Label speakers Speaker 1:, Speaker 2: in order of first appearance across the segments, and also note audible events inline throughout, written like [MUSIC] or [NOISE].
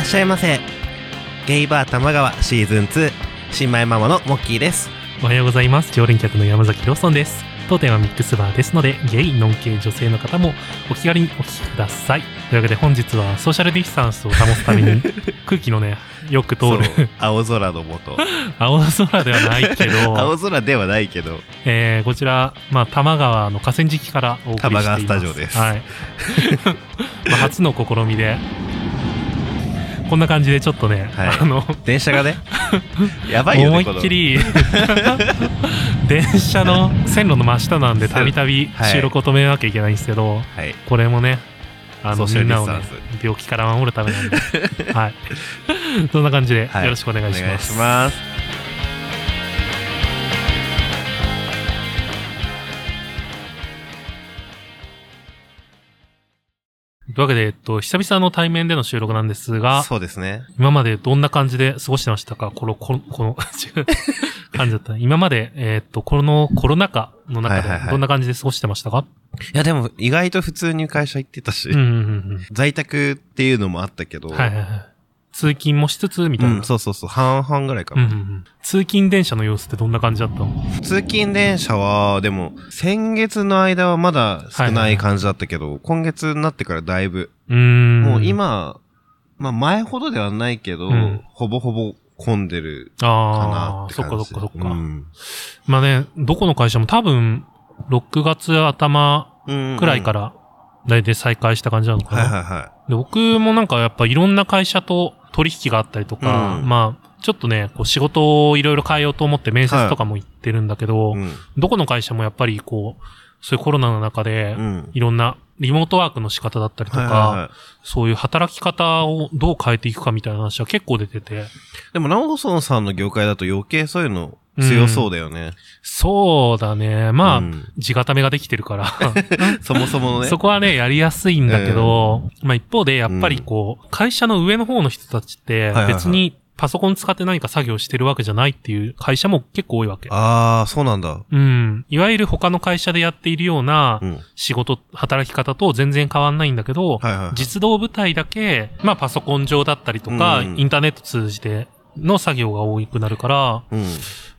Speaker 1: っしゃいませゲイバー玉川シーズン2新米ママのモッキーです
Speaker 2: おはようございます常連客の山崎ローソンです当店はミックスバーですのでゲイノン系女性の方もお気軽にお聞きくださいというわけで本日はソーシャルディスタンスを保つた
Speaker 1: [LAUGHS]
Speaker 2: めに空気のねよく通る
Speaker 1: そう青空の
Speaker 2: [LAUGHS]
Speaker 1: もと
Speaker 2: 青空ではないけど
Speaker 1: [LAUGHS] 青、空ではないけど
Speaker 2: えーこちら、まあ、多摩川の河川敷からお送りしています
Speaker 1: 多摩川スタジオです
Speaker 2: はい [LAUGHS] まあ初の試みでこんな感じでちょっとね、
Speaker 1: はい
Speaker 2: あの
Speaker 1: 電車が
Speaker 2: [LAUGHS]
Speaker 1: ねやばいよね
Speaker 2: 思いっきり電車の線路の真下なんで
Speaker 1: そう
Speaker 2: たびたび
Speaker 1: はい
Speaker 2: 収録を止めなきゃいけないんですけど、
Speaker 1: このはい
Speaker 2: これもねあ
Speaker 1: ソー
Speaker 2: の
Speaker 1: シ
Speaker 2: み
Speaker 1: ャル
Speaker 2: ん
Speaker 1: ディ
Speaker 2: な
Speaker 1: ス
Speaker 2: を、
Speaker 1: タ
Speaker 2: ね
Speaker 1: ンス、
Speaker 2: 病気から守るた
Speaker 1: [LAUGHS]
Speaker 2: めなんで、はい、そんな感じでよ
Speaker 1: はい
Speaker 2: ろしくお願
Speaker 1: お
Speaker 2: いし
Speaker 1: 願
Speaker 2: ま
Speaker 1: いし
Speaker 2: す。
Speaker 1: ます
Speaker 2: というわけで、えっと、久々の対面での収録なんですが、
Speaker 1: そうですね
Speaker 2: 今までどんな感じで過ごしてましたかこの、この、この、 [LAUGHS] 違う感じだった。今まで、えっと、このコロナ禍の中
Speaker 1: はいはいはい
Speaker 2: でどんな感じで過ごしてましたか、
Speaker 1: いやでも意外と普通に会社行ってたし、
Speaker 2: うんうん
Speaker 1: 在宅っていうのもあったけど、
Speaker 2: うん。はいはいはい。通勤もしつつ、みたいうな。
Speaker 1: ん、そうそうそう半々ぐらいか
Speaker 2: うん
Speaker 1: な、
Speaker 2: うんうん通勤電車の様子ってどんな感じだったの
Speaker 1: 通勤電車は、でも、先月の間はまだ少ない感じだったけど、今月になってからだいぶ、
Speaker 2: うーん。
Speaker 1: もう、今、まあ前ほどではないけど、
Speaker 2: うん
Speaker 1: ほぼほぼ混んでるかな
Speaker 2: あ
Speaker 1: っ
Speaker 2: あ、
Speaker 1: て
Speaker 2: そっ
Speaker 1: 感
Speaker 2: か
Speaker 1: じ。
Speaker 2: そっかそっか。
Speaker 1: うん
Speaker 2: まあね、どこの会社も多分、6月頭
Speaker 1: うん。
Speaker 2: くらいからら、大体再開した感じなのかな、
Speaker 1: はいはいは
Speaker 2: で僕もなんかやっぱいろんな会社と取引があったりとか、
Speaker 1: うん
Speaker 2: まあ、ちょっとね、こう仕事をいろいろ変えようと思って面接とかも行ってるんだけど、
Speaker 1: い。うん。
Speaker 2: どこの会社もやっぱりこう、そういうコロナの中で
Speaker 1: う、ん。
Speaker 2: いろんなリモートワークの仕方だったりとか、
Speaker 1: はいはいは
Speaker 2: そういう働き方をどう変えていくかみたいな話は結構出てて、
Speaker 1: いでも、ラオソンさんの業界だと余計そういうの強そうだよね。
Speaker 2: そうだね。まあ、
Speaker 1: うん
Speaker 2: 地固めができてるから、
Speaker 1: [LAUGHS] そもそものね。
Speaker 2: そこはね、やりやすいんだけど、まあ一方で、やっぱりこう、会社の上の方の人たちっ
Speaker 1: は
Speaker 2: て
Speaker 1: いはい、はい
Speaker 2: 別にパソコン使って何か作業してるわけじゃないっていう会社も結構多いわけ。
Speaker 1: ああ、そうなんだ。
Speaker 2: うん。いわゆる他の会社でやっているような
Speaker 1: うん。
Speaker 2: 仕事、働き方と全然変わんないんだけど、
Speaker 1: はいはい。
Speaker 2: 実動部隊だけ、まあパソコン上だったりとか、
Speaker 1: うん
Speaker 2: インターネット通じての作業が多くなるから、
Speaker 1: うん。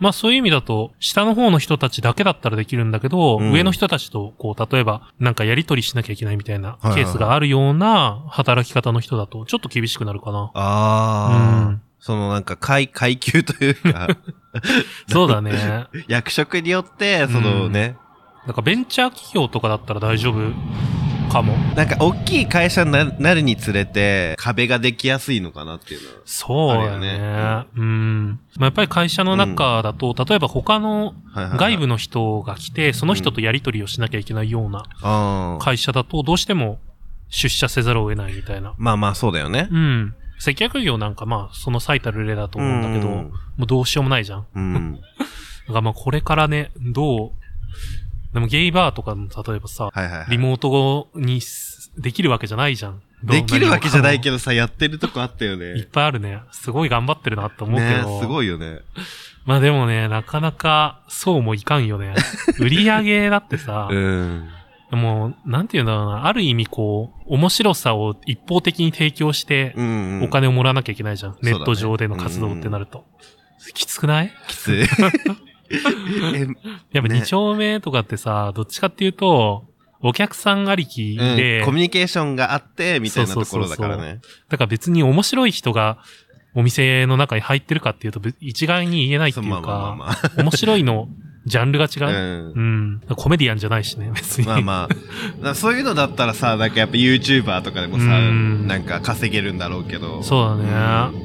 Speaker 2: まあそういう意味だと、下の方の人たちだけだったらできるんだけど、
Speaker 1: うん
Speaker 2: 上の人たちと、こう、例えば、なんかやり取りしなきゃいけないみたいない
Speaker 1: はいはい
Speaker 2: ケースがあるような働き方の人だと、ちょっと厳しくなる
Speaker 1: [LAUGHS]
Speaker 2: かな。
Speaker 1: ああ、
Speaker 2: うん
Speaker 1: そのなんか階、階級という
Speaker 2: [LAUGHS]
Speaker 1: か、
Speaker 2: そうだね。
Speaker 1: 役職によって、そのね、
Speaker 2: なんかベンチャー企業とかだったら大丈夫かも。
Speaker 1: なんか大きい会社にななるにつれて、壁ができやすいのかなっていうのは。
Speaker 2: そうだね。
Speaker 1: あ
Speaker 2: うん。まあやっぱり会社の中だと、例えば他の
Speaker 1: はいはいはい
Speaker 2: 外部の人が来て、その人とやり取りをしなきゃいけないような
Speaker 1: あー
Speaker 2: 会社だと、どうしても出社せざるを得ないみたいな。
Speaker 1: まあまあ、そうだよね。
Speaker 2: うん。接客業なんかまあ、その最たる例だと思うんだけど、もうどうしようもないじゃん。
Speaker 1: うん。うん。
Speaker 2: だからまあ、これからね、どう、でもゲイバーとかの、例えばさ、
Speaker 1: はいはいは
Speaker 2: リ
Speaker 1: い。
Speaker 2: モートにすできるわけじゃないじゃん。どう
Speaker 1: できるわけじゃないけ
Speaker 2: 何
Speaker 1: ど
Speaker 2: も
Speaker 1: さ、やってるとこあったよ
Speaker 2: かも [LAUGHS] いっ
Speaker 1: ね。
Speaker 2: ぱいあるね。すごい頑張ってるなって思うけ
Speaker 1: ね
Speaker 2: ど。
Speaker 1: すごいよね。
Speaker 2: まあでもね、なかなか、そうもいかんよ
Speaker 1: [LAUGHS]
Speaker 2: ね。売り上げだってさ、
Speaker 1: うん。
Speaker 2: もう、なんて言うんだろうな、ある意味こう、面白さを一方的に提供して、
Speaker 1: うん、うん。
Speaker 2: お金をもらわなきゃいけないじゃん。
Speaker 1: だね
Speaker 2: ネット上での活動ってなると。きつくない
Speaker 1: きつい。
Speaker 2: [LAUGHS]
Speaker 1: え
Speaker 2: やっぱ
Speaker 1: ね
Speaker 2: 二丁目とかってさ、どっちかっていうと、お客さんありきで、
Speaker 1: うん、コミュニケーションがあって、みたいなところだから
Speaker 2: そう
Speaker 1: ね。
Speaker 2: だから別に面白い人がお店の中に入ってるかっていうと、ぶ一概に言えないって
Speaker 1: そ
Speaker 2: いうう
Speaker 1: まあまあ
Speaker 2: か、
Speaker 1: まあ
Speaker 2: 面白いの、ジャンルが
Speaker 1: まあ。
Speaker 2: 違う。
Speaker 1: [LAUGHS] うん
Speaker 2: う。ん。コメディアンじゃないしね、別に。
Speaker 1: まあまあ、だからそういうのだったらさ、なんかやっぱ YouTuber とかでもさ、
Speaker 2: うん
Speaker 1: なんか稼げるんだろうけど。
Speaker 2: そうだね。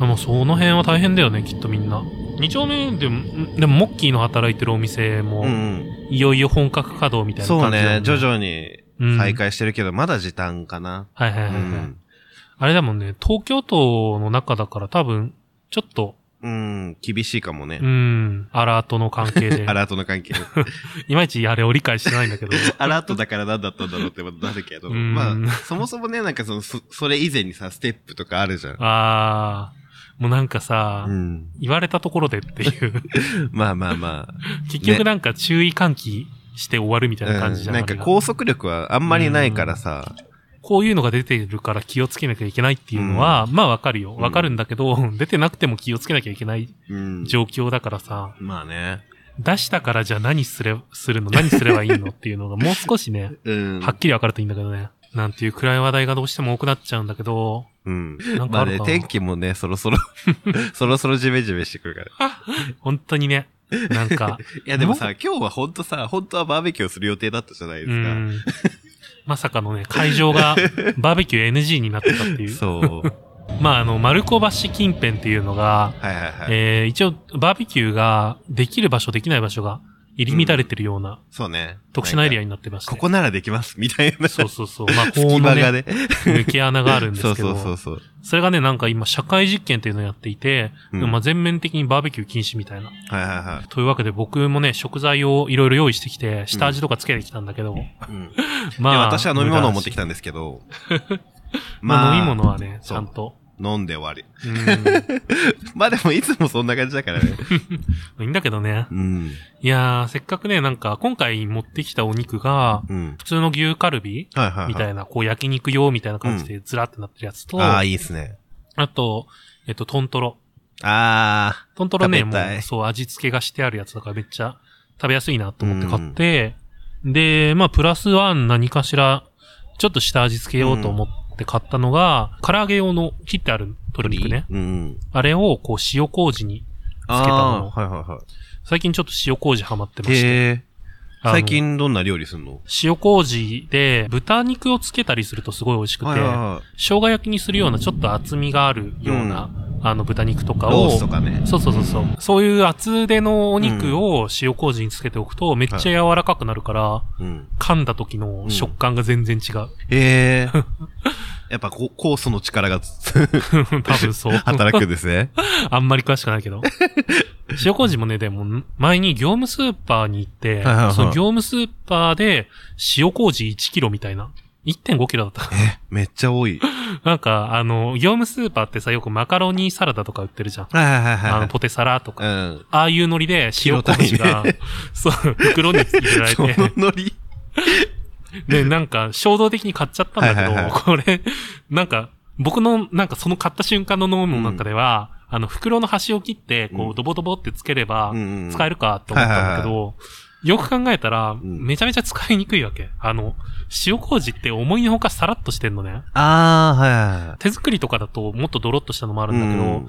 Speaker 2: でもその辺は大変だよね、きっとみんな。二丁目でも、でもモッキーの働いてるお店も、
Speaker 1: うん
Speaker 2: いよいよ本格稼働み
Speaker 1: う
Speaker 2: た
Speaker 1: ん。
Speaker 2: いな
Speaker 1: そう
Speaker 2: 感じだもん
Speaker 1: ね、徐々に
Speaker 2: うん
Speaker 1: 再開してるけど、まだ時短かな。
Speaker 2: はいはいうはい、はい
Speaker 1: ん。
Speaker 2: あれだもんね、東京都の中だから多分、ちょっと、
Speaker 1: うん、厳しいかもね
Speaker 2: う。ん、アラートの関係で
Speaker 1: [LAUGHS] ア、ラートの関
Speaker 2: [LAUGHS]
Speaker 1: 係。
Speaker 2: いまいちあれを理解してないんだ
Speaker 1: [LAUGHS]
Speaker 2: けど、
Speaker 1: アラートだから何だったんだろうってことになるけど、
Speaker 2: うん
Speaker 1: まあ、そもそもね、なんかその、そそれ以前にさ、ステップとかあるじゃん。
Speaker 2: あー、もうなんかさ、
Speaker 1: うん。
Speaker 2: 言われたところでって
Speaker 1: [LAUGHS]
Speaker 2: いう、
Speaker 1: まあまあまあ。
Speaker 2: 結局なんか注意喚起して終わるみたいな感じ
Speaker 1: う
Speaker 2: じゃ
Speaker 1: ん
Speaker 2: ん。
Speaker 1: なんか拘束力はあんまりないからさ、
Speaker 2: こういうのが出てるから気をつけなきゃいけないっていうのは、まあわかるよ。わかるんだけど、 [LAUGHS] 出てなくても気をつけなきゃいけない
Speaker 1: うん。
Speaker 2: 状況だからさ、
Speaker 1: まあね。
Speaker 2: 出したからじゃあ何すれ、するの何すればいいのってい
Speaker 1: [LAUGHS]
Speaker 2: うのがもう少しね、
Speaker 1: うん。
Speaker 2: はっきりわかるといいんだけどね。なんていう暗い話題がどうしても多くなっちゃうんだけど、
Speaker 1: うん。
Speaker 2: なん
Speaker 1: ま
Speaker 2: かあ
Speaker 1: あ
Speaker 2: る
Speaker 1: ね、
Speaker 2: かな、
Speaker 1: 天気もね、そろ
Speaker 2: [LAUGHS]
Speaker 1: そろ、そろそろジメジメしてくるから。
Speaker 2: 本当にね、なんか、
Speaker 1: いや、でもさ、今日は本当さ、本当はバーベキューする予定だったじゃ [LAUGHS] ないで
Speaker 2: う
Speaker 1: すか。
Speaker 2: ん。まさかのね、会場がバーベキュー NG になってたっていう。
Speaker 1: [LAUGHS] そう。
Speaker 2: まあ、あの、丸子橋近辺っていうのが、
Speaker 1: はいはいはい。
Speaker 2: えー、一応、バーベキューができる場所、できない場所が入り乱れてるような
Speaker 1: そうね。
Speaker 2: 特殊なエリ
Speaker 1: ア。
Speaker 2: アになってまして。
Speaker 1: ここならできます、みたいな。
Speaker 2: そうそうそう。まあ、こ
Speaker 1: 隙
Speaker 2: の
Speaker 1: 間が
Speaker 2: ね、
Speaker 1: ね。
Speaker 2: 抜け穴があるんで
Speaker 1: そう [LAUGHS]
Speaker 2: すけ
Speaker 1: そ
Speaker 2: ど、
Speaker 1: うそうそう。
Speaker 2: それがね、なんか今、社会実験っていうのをやっていて、
Speaker 1: うん
Speaker 2: まあ、全面的にバーベキュー禁止みたいな。
Speaker 1: はいは
Speaker 2: というわけで、僕もね、食材をいろいろ用意してきて、下味とかつけてきたんだけど、
Speaker 1: いはい。うん
Speaker 2: ま
Speaker 1: で
Speaker 2: あ、
Speaker 1: 私は飲み物を持ってき
Speaker 2: た。
Speaker 1: たんですけど。
Speaker 2: まあ、飲み物はね、ち
Speaker 1: そう
Speaker 2: ゃんと。
Speaker 1: 飲んで終わり。
Speaker 2: うん。 [LAUGHS]
Speaker 1: まあでもいつもそんな感じだからね。
Speaker 2: いいんだけどね。
Speaker 1: うん。
Speaker 2: いやー、せっかくね、なんか、今回持ってきたお肉が、
Speaker 1: うん。
Speaker 2: 普通の牛カルビ
Speaker 1: はいはいはい。
Speaker 2: みた
Speaker 1: ない
Speaker 2: な、こう焼肉用みたいな感じでずらってなってるやつと、
Speaker 1: ああ、
Speaker 2: あ
Speaker 1: いいですね。
Speaker 2: と、えっと、トントロ。
Speaker 1: あ
Speaker 2: トントロね、
Speaker 1: 食べ
Speaker 2: も、
Speaker 1: たいう
Speaker 2: そう、味付けがしてあるやつだからめっちゃ食べやすいなと思って買って、で、まあ、プラスワン何かしら、ちょっと下味付けようと思って買ったのが、唐揚げ用の切ってある
Speaker 1: あ。
Speaker 2: 鶏肉ね。
Speaker 1: うん。
Speaker 2: あれを、こう、塩麹に、つけたの
Speaker 1: あーはいはいは
Speaker 2: 最近ちょっと塩麹ハマってま
Speaker 1: い。
Speaker 2: して。
Speaker 1: へえ。
Speaker 2: あの
Speaker 1: 最近どんな料理すんの
Speaker 2: 塩麹で豚肉をつけたりするとすごい美味しくて、
Speaker 1: はいはいはい
Speaker 2: 生姜焼きにするようなちょっと厚みがあるような、あの豚肉とか
Speaker 1: ロ
Speaker 2: を
Speaker 1: ースとかね。
Speaker 2: そうそうそうそうそういう厚手のお肉を塩麹につけておくとめっちゃ柔らかくなるから、
Speaker 1: うん。
Speaker 2: 噛んだ時の食感が全然
Speaker 1: [LAUGHS]
Speaker 2: 違う、
Speaker 1: へえ。やっぱこ酵素の力が
Speaker 2: 多分そう
Speaker 1: [LAUGHS] 働くんですね。
Speaker 2: [LAUGHS] あんまり詳しくない
Speaker 1: [LAUGHS]
Speaker 2: けど塩麹もねでも前に業務スーパーに行っ
Speaker 1: は
Speaker 2: て、
Speaker 1: いはいはい
Speaker 2: その業務スーパーで塩麹1キロみたいな1.5キロだったかな
Speaker 1: めっちゃ多い。
Speaker 2: なんか、あの、業務スーパーってさ、よくマカロニサラダとか売ってるじゃん。
Speaker 1: はいはいはい
Speaker 2: あ
Speaker 1: は
Speaker 2: の、
Speaker 1: い。
Speaker 2: ポテサラと
Speaker 1: う
Speaker 2: か。
Speaker 1: ん。
Speaker 2: ああいうノリで塩麹が、
Speaker 1: キロ単
Speaker 2: [LAUGHS] そう、袋に入れられ
Speaker 1: その
Speaker 2: て、
Speaker 1: ノリ。
Speaker 2: で、なんか、衝動的に買っちゃったんだけど、
Speaker 1: はいはいは
Speaker 2: これ、なんか、僕の、なんかその買った瞬間の飲み物の中では、あの、袋の端を切って、こ
Speaker 1: う
Speaker 2: う、
Speaker 1: ん
Speaker 2: ドボドボってつければ、使
Speaker 1: 使
Speaker 2: えるかと思ったんだけど、よく考えたら、
Speaker 1: ん
Speaker 2: めちゃめちゃ使いにくいわけ。あの、塩麹って思いのほかさらっとしてんのね。
Speaker 1: ああ、はいはいはい。
Speaker 2: 手作りとかだともっとドロッとしたのもあ
Speaker 1: あ
Speaker 2: るんだけど、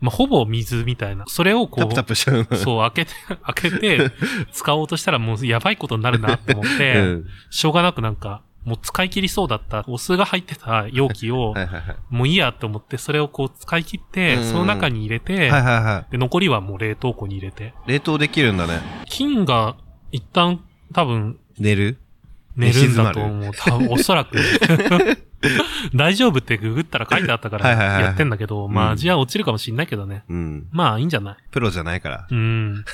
Speaker 2: まあ、ほぼ水みたいな。それをこ
Speaker 1: タ
Speaker 2: う、
Speaker 1: プタプしちゃう [LAUGHS] な。
Speaker 2: そう、開けて、 [LAUGHS] 開けて、使おうとしたらもうやばいことになるなって思っ
Speaker 1: [LAUGHS]
Speaker 2: て、
Speaker 1: うん。
Speaker 2: しょうがなくなんか、もう使い切りそうだった、お酢が入ってた容器を、
Speaker 1: はいはいはい。
Speaker 2: もういいやって思って、それをこう使い切って、
Speaker 1: うん
Speaker 2: その中に入れて、
Speaker 1: はいはいは
Speaker 2: で、残りはもう冷凍庫に入れて。
Speaker 1: い。冷凍できるんだね。
Speaker 2: 菌が一旦多分
Speaker 1: 寝る
Speaker 2: 寝るんだと思う。多分おそらく。
Speaker 1: [LAUGHS]
Speaker 2: [LAUGHS] 大丈夫ってググったら書いてあったから
Speaker 1: はいはいはいはい
Speaker 2: やってんだけど、まあ
Speaker 1: うん
Speaker 2: 味は落ちるかもしんないけどね。
Speaker 1: うん。
Speaker 2: まあいいんじゃない
Speaker 1: プロじゃないから。
Speaker 2: うん。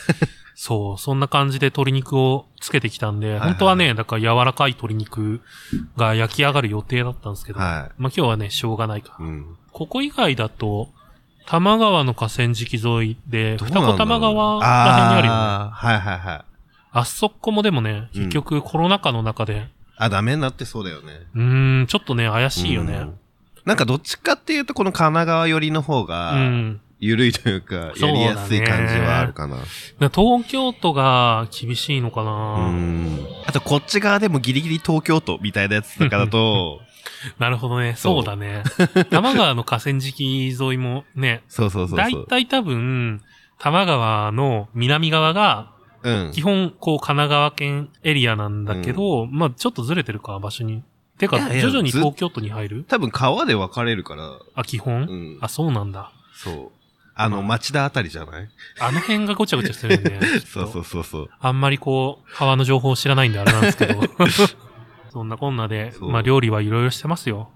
Speaker 2: そう、そんな感じで鶏肉をつけてきたんで、
Speaker 1: はいはい
Speaker 2: 本当はね、だから柔らかい鶏肉が焼き上がる予定だったんですけど、
Speaker 1: は
Speaker 2: まあ今日はね、しょうがないか
Speaker 1: い。。うん。
Speaker 2: ここ以外だと、多摩川の河川敷沿いで、
Speaker 1: どう
Speaker 2: 二
Speaker 1: なんだろう
Speaker 2: 子玉川ら辺にあるよね。
Speaker 1: あーはいはいはい。
Speaker 2: あそこもでもね、
Speaker 1: うん
Speaker 2: 結局コロナ禍の中で、
Speaker 1: あ、ダメになってそうだよね。
Speaker 2: うーん、ちょっとね、怪しいよ
Speaker 1: う
Speaker 2: ね
Speaker 1: ん。。なんかどっちかっていうと、この神奈川寄りの方
Speaker 2: う
Speaker 1: が、
Speaker 2: ん。
Speaker 1: 緩いというか、
Speaker 2: そう
Speaker 1: や
Speaker 2: だね
Speaker 1: りやすい感じはあるかな。
Speaker 2: だから東京都が厳しいのか
Speaker 1: う
Speaker 2: な、
Speaker 1: ん。あと、こっち側でもギリギリ東京都みたいなやつとかだと、
Speaker 2: なるほどね。そうだね。多摩川の河川敷沿いもね、
Speaker 1: そうそうそう
Speaker 2: だ
Speaker 1: そ。
Speaker 2: いうたい多分、多摩川の南側が、
Speaker 1: うん
Speaker 2: 基。本、こう、神奈川県エリアなんだけど、まあちょっとずれてるか、場所に。てか、
Speaker 1: いやいや
Speaker 2: 徐々に
Speaker 1: ず
Speaker 2: 東京都に入る
Speaker 1: 多分川で分かれるから、
Speaker 2: あ、基
Speaker 1: う
Speaker 2: 本、
Speaker 1: ん
Speaker 2: あ、。そうなんだ。
Speaker 1: そう。あの、町田あたりじゃない
Speaker 2: あの辺がごちゃごちゃしてる
Speaker 1: [LAUGHS]
Speaker 2: よね。きっと
Speaker 1: そうそうそうそう。
Speaker 2: あんまりこう、川の情報を知らないんであれなんです
Speaker 1: [LAUGHS]
Speaker 2: けど。そんなこんなで、
Speaker 1: そう
Speaker 2: まあ料理はいろいろしてますよ。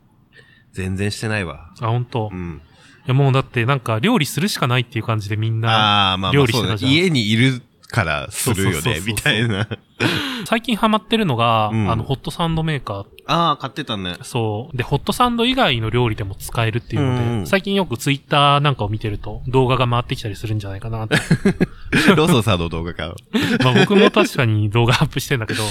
Speaker 1: 全然してないわ。
Speaker 2: あ、本当。
Speaker 1: う
Speaker 2: い
Speaker 1: ん。
Speaker 2: やもうだってなんか料理するしかないっていう感じでみんな、
Speaker 1: ああ、まあま
Speaker 2: 料
Speaker 1: あ
Speaker 2: 理し
Speaker 1: そ
Speaker 2: て
Speaker 1: う
Speaker 2: た
Speaker 1: だ、
Speaker 2: じゃん
Speaker 1: 家にいるからする
Speaker 2: そう
Speaker 1: よ
Speaker 2: そうそう
Speaker 1: ね、
Speaker 2: そう
Speaker 1: みたいな。
Speaker 2: 最近ハマってるのが、
Speaker 1: うん
Speaker 2: あの、ホットサンドメーカ
Speaker 1: ああ、買ってたね。
Speaker 2: ー。そう。で、ホットサンド以外の料理でも使えるっていうので、
Speaker 1: うんうん
Speaker 2: 最近よくツイッターなんかを見てると動画が回ってきたりするんじゃないかなって。
Speaker 1: [LAUGHS]
Speaker 2: [LAUGHS]
Speaker 1: ローソンさんの動画 [LAUGHS] 買う。
Speaker 2: まあ僕も確かに動画アップしてんだ
Speaker 1: [LAUGHS]
Speaker 2: けど、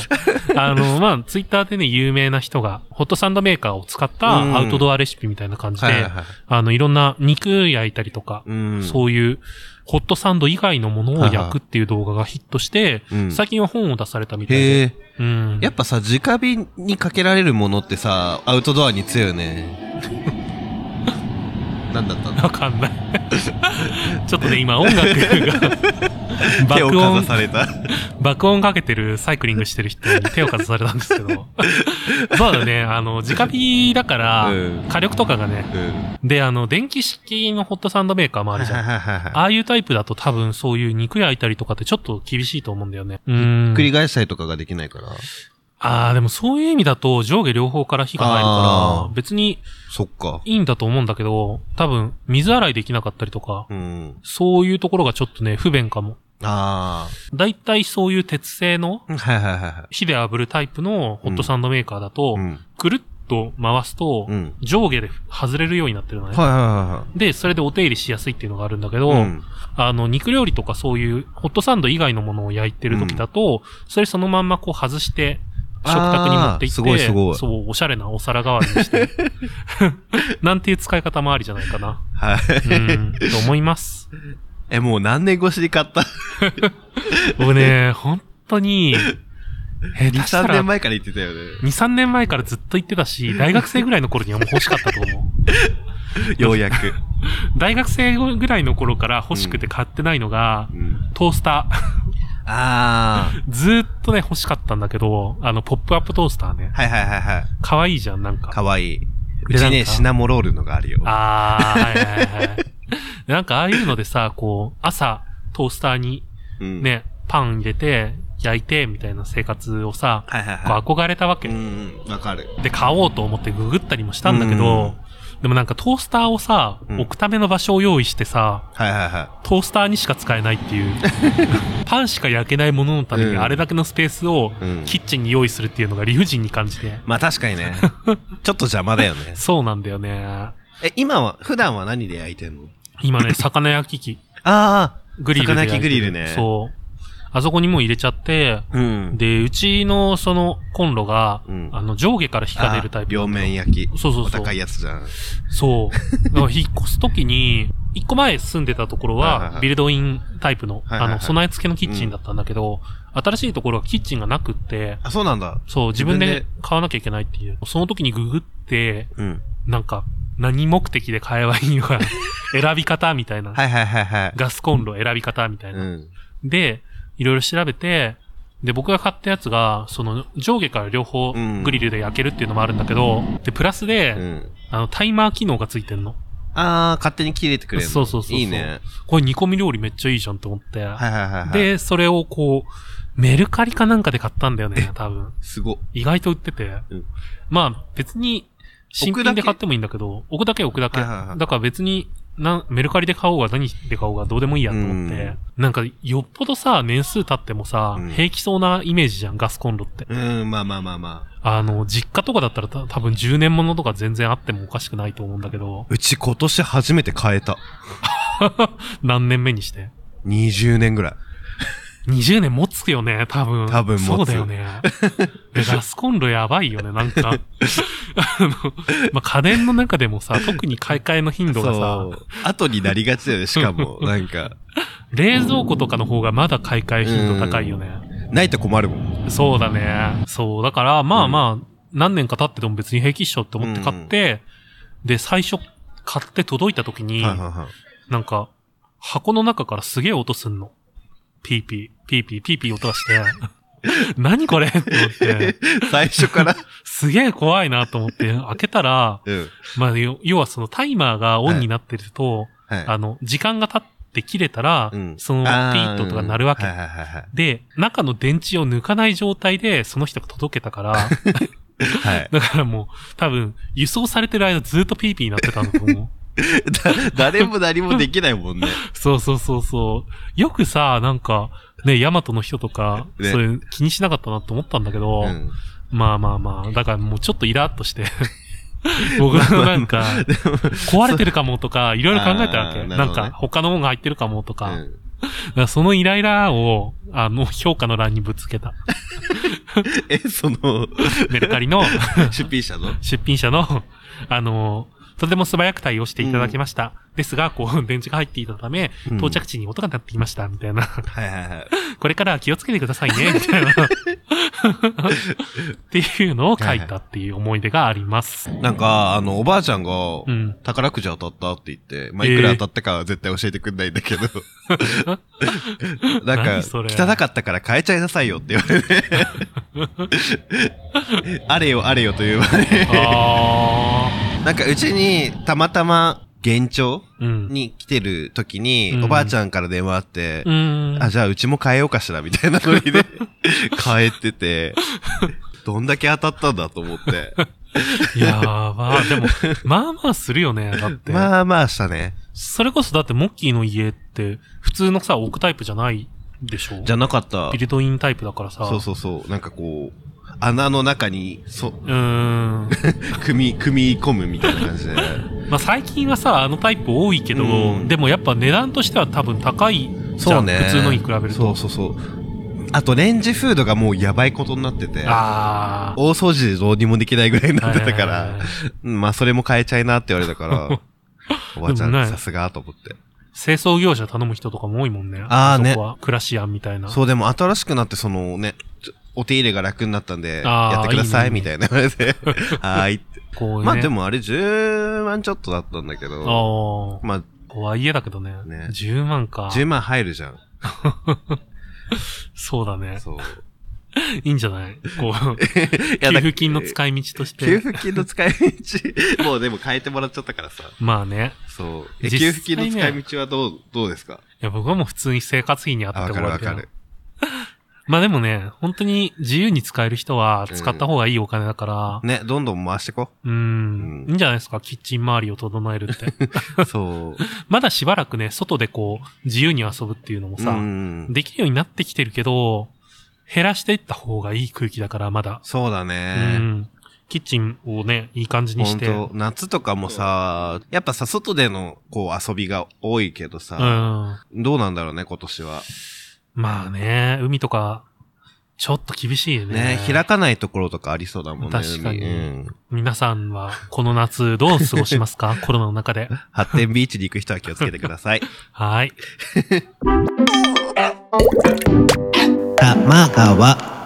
Speaker 2: あの、まあツイッターでね、有名な人が、ホットサンドメーカーを使ったアウトドアレシピみたいな感じで、
Speaker 1: はいはいはい。
Speaker 2: あの、いろんな肉焼いたりとか、
Speaker 1: うん。
Speaker 2: そういう、ホットサンド以外のものを焼くっていう動画がヒットして、
Speaker 1: うん
Speaker 2: 最近は本を出されたみたい
Speaker 1: へ
Speaker 2: で。
Speaker 1: え。
Speaker 2: うん。
Speaker 1: やっぱさ、直火にかけられるものってさ、アウトドアに強いよ [LAUGHS] ね。なんだったの
Speaker 2: [LAUGHS] わかんない。 [LAUGHS] ちょっとね、今音楽が、
Speaker 1: [LAUGHS] 手を
Speaker 2: 爆
Speaker 1: かざ
Speaker 2: 音、
Speaker 1: された。
Speaker 2: 爆音かけてるサイクリングしてる人に手をかざされたんですけ
Speaker 1: [LAUGHS]
Speaker 2: ど。そうだね、あの、直火だから
Speaker 1: うん、
Speaker 2: 火力とかがね、
Speaker 1: うん。は
Speaker 2: で、あの、電気式のホットサンドメーカーもあ
Speaker 1: い
Speaker 2: るじゃん。
Speaker 1: はいはいは
Speaker 2: ああいうタイプだと多分そういう肉焼いたりとかってちょっと厳しいと思うんだよね。う
Speaker 1: い。
Speaker 2: ん
Speaker 1: 繰。り返したりとかができないから。
Speaker 2: ああ、でもそういう意味だと上下両方から火が入る
Speaker 1: あ
Speaker 2: か
Speaker 1: ー
Speaker 2: ら、別に
Speaker 1: そっか。
Speaker 2: いいんだと思うんだけど、多分水洗いできなかったりとか、
Speaker 1: うん。
Speaker 2: そういうところがちょっとね、不便かも。
Speaker 1: あ
Speaker 2: だいたいそういう鉄製の
Speaker 1: あ。はいはいはいは
Speaker 2: 火で炙るタイプのホットサンドメーカーだと
Speaker 1: い。う、ん。
Speaker 2: くるっと回すと
Speaker 1: う、ん。
Speaker 2: 上下で外れるようになってるの
Speaker 1: は
Speaker 2: ね
Speaker 1: い。はいは
Speaker 2: で、それでお手入れしやすいっていうのがあるんだけど、
Speaker 1: いはい。うん。
Speaker 2: あの、肉料理とかそういうホットサンド以外のものを焼いてる時だと、それそのまんまこう外して、食卓に持ってい
Speaker 1: あー
Speaker 2: って、
Speaker 1: すごいすごい
Speaker 2: そう、おしゃれなお皿代わり
Speaker 1: [LAUGHS]
Speaker 2: にして。なんていう使い方もありじゃないかな。
Speaker 1: はい。
Speaker 2: うん、と思います。
Speaker 1: [LAUGHS] え、もう何年越しに買った
Speaker 2: 僕ね、本
Speaker 1: [LAUGHS]
Speaker 2: 当に、え、
Speaker 1: ?2、
Speaker 2: だした
Speaker 1: 3
Speaker 2: ら
Speaker 1: 年
Speaker 2: 2、
Speaker 1: 前から言ってたよね。 [LAUGHS]
Speaker 2: 3年前からずっと言ってたし、大学生ぐらいの頃にはもう欲しかったと思う。
Speaker 1: ようやく。
Speaker 2: 大学生ぐらいの頃から欲しくて買ってないのが、
Speaker 1: うん。
Speaker 2: トースター。 [LAUGHS]
Speaker 1: あ
Speaker 2: ずーっとね、欲しかったんだけど、あの、ポップアップトースターね
Speaker 1: あ。。はいはいはいはい。
Speaker 2: 可愛いじゃん、なんか。
Speaker 1: かわいい。う
Speaker 2: で
Speaker 1: ち
Speaker 2: なん
Speaker 1: ね、
Speaker 2: か
Speaker 1: シナモロールのがあるよ。
Speaker 2: ああ、はいはいはい。 [LAUGHS] でなんかああいうのでさ、こう、朝、トースターに
Speaker 1: うん。
Speaker 2: ね、パン入れて、焼いて、みたいな生活をさ、
Speaker 1: はいはいは
Speaker 2: こ
Speaker 1: い。
Speaker 2: う憧れたわけ
Speaker 1: う。んうん、わかる。
Speaker 2: で、買おうと思ってググったりもしたんだけど、でもなんかトースターをさ、
Speaker 1: うん
Speaker 2: 置くための場所を用意してさ、
Speaker 1: はいはいは
Speaker 2: トースターにしか使えないっ
Speaker 1: [LAUGHS]
Speaker 2: ていう。パンしか焼けないもののために
Speaker 1: うん
Speaker 2: あれだけのスペースを
Speaker 1: うん
Speaker 2: キッチンに用意するっていうのが理不尽に感じて。
Speaker 1: い。まあ確かにね。 [LAUGHS] ちょっと邪魔だよね。
Speaker 2: そうなんだよね。
Speaker 1: [LAUGHS] え、今は、普段は何で焼いてんの
Speaker 2: 今
Speaker 1: [LAUGHS]
Speaker 2: ね、魚焼き器。
Speaker 1: あ
Speaker 2: グリルで焼いて
Speaker 1: 魚
Speaker 2: る。
Speaker 1: 焼きグリルね
Speaker 2: そう。あそこにもう入れちゃって、
Speaker 1: あ。うん。
Speaker 2: で、うちのそのコンロが、
Speaker 1: うん
Speaker 2: あの上下から火が出るタイプ。
Speaker 1: 両面焼き。
Speaker 2: そうそう
Speaker 1: お
Speaker 2: そう
Speaker 1: 高い。やつじゃん。 [LAUGHS]
Speaker 2: そう。だから引っ越すときに、一個前住んでたところ
Speaker 1: はいはいは
Speaker 2: は、
Speaker 1: い
Speaker 2: ビルドインタイプ
Speaker 1: はい
Speaker 2: の、
Speaker 1: はいはい
Speaker 2: あの、備え付けのキッチンだったんだけど、新しいところはキッチンがなくって、
Speaker 1: あ、そうなんだ。
Speaker 2: そう、自分
Speaker 1: 自
Speaker 2: で
Speaker 1: 分
Speaker 2: 買わなきゃいけないっていう。その時にググって、
Speaker 1: うん。
Speaker 2: なんか、何目的で買えばいい
Speaker 1: [LAUGHS]
Speaker 2: のか、選び方みたいな。
Speaker 1: はいはいはいはい。
Speaker 2: ガスコンロ選び方みたいな
Speaker 1: う。ん。
Speaker 2: で、いろいろ調べて、で、僕が買ったやつが、その、上下から両方
Speaker 1: うん
Speaker 2: グリルで焼けるっていうのもあるんだけど、で、プラスで、
Speaker 1: うん。
Speaker 2: あの、タイマー機能がついてんの。
Speaker 1: ああ、勝手に切れてくれるの。
Speaker 2: そうそうそうそう
Speaker 1: いいね。
Speaker 2: これ煮込み料理めっちゃいいじゃんと思って。
Speaker 1: はいはいはいはい。、
Speaker 2: で、それをこう、メルカリかなんかで買ったんだよね、多分。
Speaker 1: すご。
Speaker 2: 意外と売ってて。
Speaker 1: うん
Speaker 2: まあ、別に、新
Speaker 1: 置くだ
Speaker 2: 品で
Speaker 1: け
Speaker 2: 買ってもいいんだけど、置くだけ置くだけ。
Speaker 1: はいはいはい
Speaker 2: だから別に、な、メルカリで買おうが何で買おうがどうでもいいやと思って。なんか、よっぽどさ、年数経ってもさ、
Speaker 1: うん
Speaker 2: 平気そうなイメージじゃん、ガスコンロって。
Speaker 1: うん、まあまあまあまあ。
Speaker 2: あの、実家とかだったらた多分10年ものとか全然あってもおかしくないと思うんだけど、
Speaker 1: うち今年初めて変えた。
Speaker 2: 何年目にして。
Speaker 1: 20年ぐらい。
Speaker 2: 20年持つよね、多分。
Speaker 1: 多分持つ
Speaker 2: そうだよ
Speaker 1: [LAUGHS]
Speaker 2: ね。でガスコンロやばいよね、なんか。 [LAUGHS] あの、まあ、家電の中でもさ、特に買い替えの頻度がさ、
Speaker 1: う。後になりがちだ
Speaker 2: [LAUGHS]
Speaker 1: よね、しかも。なんか、
Speaker 2: 冷蔵庫とかの方がまだ買い替え頻度高いよね。
Speaker 1: ないと困るもん。
Speaker 2: そうだね。そう、だから、まあまあ、何年か経ってても別に平気っしょって思って買って、で、最初買って届いた時に、
Speaker 1: はいはいはい。
Speaker 2: なんか、箱の中からすげえ音すんの。ピーピー、ピーピー、ピーピー音
Speaker 1: [LAUGHS]
Speaker 2: がして、何これって思って。
Speaker 1: 最初
Speaker 2: [LAUGHS]
Speaker 1: から。
Speaker 2: すげえ怖いなと思って、開けたら、
Speaker 1: うん。
Speaker 2: まあ、よ要はそのタイマーがオンになってると、
Speaker 1: はい。
Speaker 2: あの、時間が経って切れたら、そのピ
Speaker 1: あ
Speaker 2: ーッととか鳴るわけ。
Speaker 1: はいはいはいはい
Speaker 2: で、中の電池を抜かない状態で、その人が届け
Speaker 1: [LAUGHS]
Speaker 2: たから、
Speaker 1: はい。
Speaker 2: だからもう、多分、輸送されてる間ずっとピーピー鳴ってたんだと思
Speaker 1: [LAUGHS]
Speaker 2: う。 [LAUGHS]
Speaker 1: だ誰も何もできないもんね。
Speaker 2: そうそうそうそう。よくさ、なんか、ね、ヤマトの人とか、
Speaker 1: ね
Speaker 2: そういう気にしなかったなと思ったんだけど、
Speaker 1: うん
Speaker 2: まあまあまあ、だからもうちょっとイラッ
Speaker 1: [LAUGHS]
Speaker 2: として、僕のなんか、
Speaker 1: でも
Speaker 2: 壊れてるかもとか、いろいろ考えたわけ。
Speaker 1: あーなる
Speaker 2: なん
Speaker 1: ほどね
Speaker 2: か、他のもんが入ってるかもとか、
Speaker 1: うん
Speaker 2: だからそのイライラを、あの、評価の欄にぶつけた。
Speaker 1: え、その、
Speaker 2: メルカリの
Speaker 1: 出品者の
Speaker 2: 出品者の、 [LAUGHS] あの、とても素早く対応していただきました。ですが、こう、電池が入っていたため、
Speaker 1: うん
Speaker 2: 到着地に音が鳴ってきました、みたいな。 [LAUGHS]
Speaker 1: はいはいはい。
Speaker 2: これからは気をつけてく
Speaker 1: [LAUGHS]
Speaker 2: ださいね、みたいな。 [LAUGHS] っていうのを書いたっていう思い出があります。
Speaker 1: なんか、あの、おばあちゃんが、
Speaker 2: うん。
Speaker 1: 宝くじ当たったって言って、まあ、
Speaker 2: えー
Speaker 1: いくら当たったかは絶対教えてくんないんだけ
Speaker 2: [LAUGHS]
Speaker 1: ど。なんか
Speaker 2: 何、それ
Speaker 1: 汚かったから変えちゃいなさいよって言われて。あれよあれよという間に。
Speaker 2: あ
Speaker 1: なんか、うちに、たまたま、現庁
Speaker 2: ー。うん。
Speaker 1: に来てる時に、
Speaker 2: うん
Speaker 1: おばあちゃんから電話あって、
Speaker 2: うん。
Speaker 1: あ、じゃあうちも変えようかしら、みたいなノ
Speaker 2: [LAUGHS]
Speaker 1: リで変えてて、どんだけ当たったんだと思って。
Speaker 2: やばー。で
Speaker 1: [LAUGHS]
Speaker 2: も、まあまあするよね、だって。
Speaker 1: まあまあしたね。
Speaker 2: それこそだってモッキーの家って、普通のさ、置くタイプじゃないでしょ
Speaker 1: じゃなかった
Speaker 2: ビ。ルドインタイプだからさ。
Speaker 1: そうそうそう。なんかこう、穴の中に、そ、
Speaker 2: う。うーん。
Speaker 1: 組み、組み込むみたいな
Speaker 2: [LAUGHS]
Speaker 1: 感じで。
Speaker 2: まあ最近はさ、あのタイプ多いけど、
Speaker 1: うん
Speaker 2: でもやっぱ値段としては多分高いじゃ、
Speaker 1: そうんね。
Speaker 2: 普通のに比べると。
Speaker 1: そうそうそう。あと、レンジフードがもうやばいことになってて、
Speaker 2: ああ。
Speaker 1: 大掃除でどうにもできないぐらい [LAUGHS] になってたか
Speaker 2: はいはい
Speaker 1: ら
Speaker 2: はい、
Speaker 1: うんまあそれも変えちゃいなって言われた
Speaker 2: [LAUGHS]
Speaker 1: から、おばあちゃ
Speaker 2: でもね
Speaker 1: んさすがと思って。
Speaker 2: 清掃業者頼む人とかも多いもんね。
Speaker 1: あーね
Speaker 2: そこはクラシアンみたいな。
Speaker 1: そう、でも新しくなって、そのね、ちょお手入れが楽になったんで、
Speaker 2: あー
Speaker 1: やってください、
Speaker 2: いいね
Speaker 1: みたいな言われて。
Speaker 2: [LAUGHS]
Speaker 1: はーいって。
Speaker 2: こうね。
Speaker 1: まあでもあれ10万ちょっとだったんだけど、
Speaker 2: ああ。
Speaker 1: ま
Speaker 2: とはいえだけどね。
Speaker 1: ね
Speaker 2: 10万か
Speaker 1: あ、。10万入るじゃん。
Speaker 2: そうだね。
Speaker 1: そう。
Speaker 2: いいんじゃないこう、
Speaker 1: い
Speaker 2: 給
Speaker 1: [LAUGHS] やだ
Speaker 2: 付金の使い道として。
Speaker 1: 給付金の使い道、 [LAUGHS] もうでも変えてもらっちゃったからさ。
Speaker 2: まあね。
Speaker 1: そう。え
Speaker 2: 実際ね
Speaker 1: 給付金の使い道はどう、どうですか
Speaker 2: いや、僕はもう普通に生活費に当
Speaker 1: あ、
Speaker 2: たっ
Speaker 1: わ
Speaker 2: て
Speaker 1: かる
Speaker 2: もら
Speaker 1: わ
Speaker 2: うけど
Speaker 1: かる。
Speaker 2: まあでもね、本当に自由に使える人は使った方がいいお金だから、
Speaker 1: ね、どんどん回してこ。
Speaker 2: うーん、
Speaker 1: うん
Speaker 2: いいんじゃないですか、キッチン周りを整えるって。 [LAUGHS]
Speaker 1: そう。
Speaker 2: まだしばらくね、外でこう、自由に遊ぶっていうのもさ、
Speaker 1: うん
Speaker 2: できるようになってきてるけど、減らしていった方がいい空気だから、まだ。
Speaker 1: そうだ
Speaker 2: う
Speaker 1: ね。
Speaker 2: ん。キッチンをね、いい感じにし
Speaker 1: 本
Speaker 2: て。
Speaker 1: 当夏とかもさ、やっぱさ、外での、こう、遊びが多いけどさ、
Speaker 2: うん。
Speaker 1: どうなんだろうね、今年は。
Speaker 2: まあね、海とか、ちょっと厳しいよね。
Speaker 1: ね、開かないところとかありそうだもんね。
Speaker 2: 確かに
Speaker 1: 海うん。
Speaker 2: 皆さんは、この夏、どう過ごします
Speaker 1: [LAUGHS]
Speaker 2: かコロナの中で。
Speaker 1: 発展ビーチに行く人は気をつけてください。
Speaker 2: はーい。
Speaker 1: 玉川。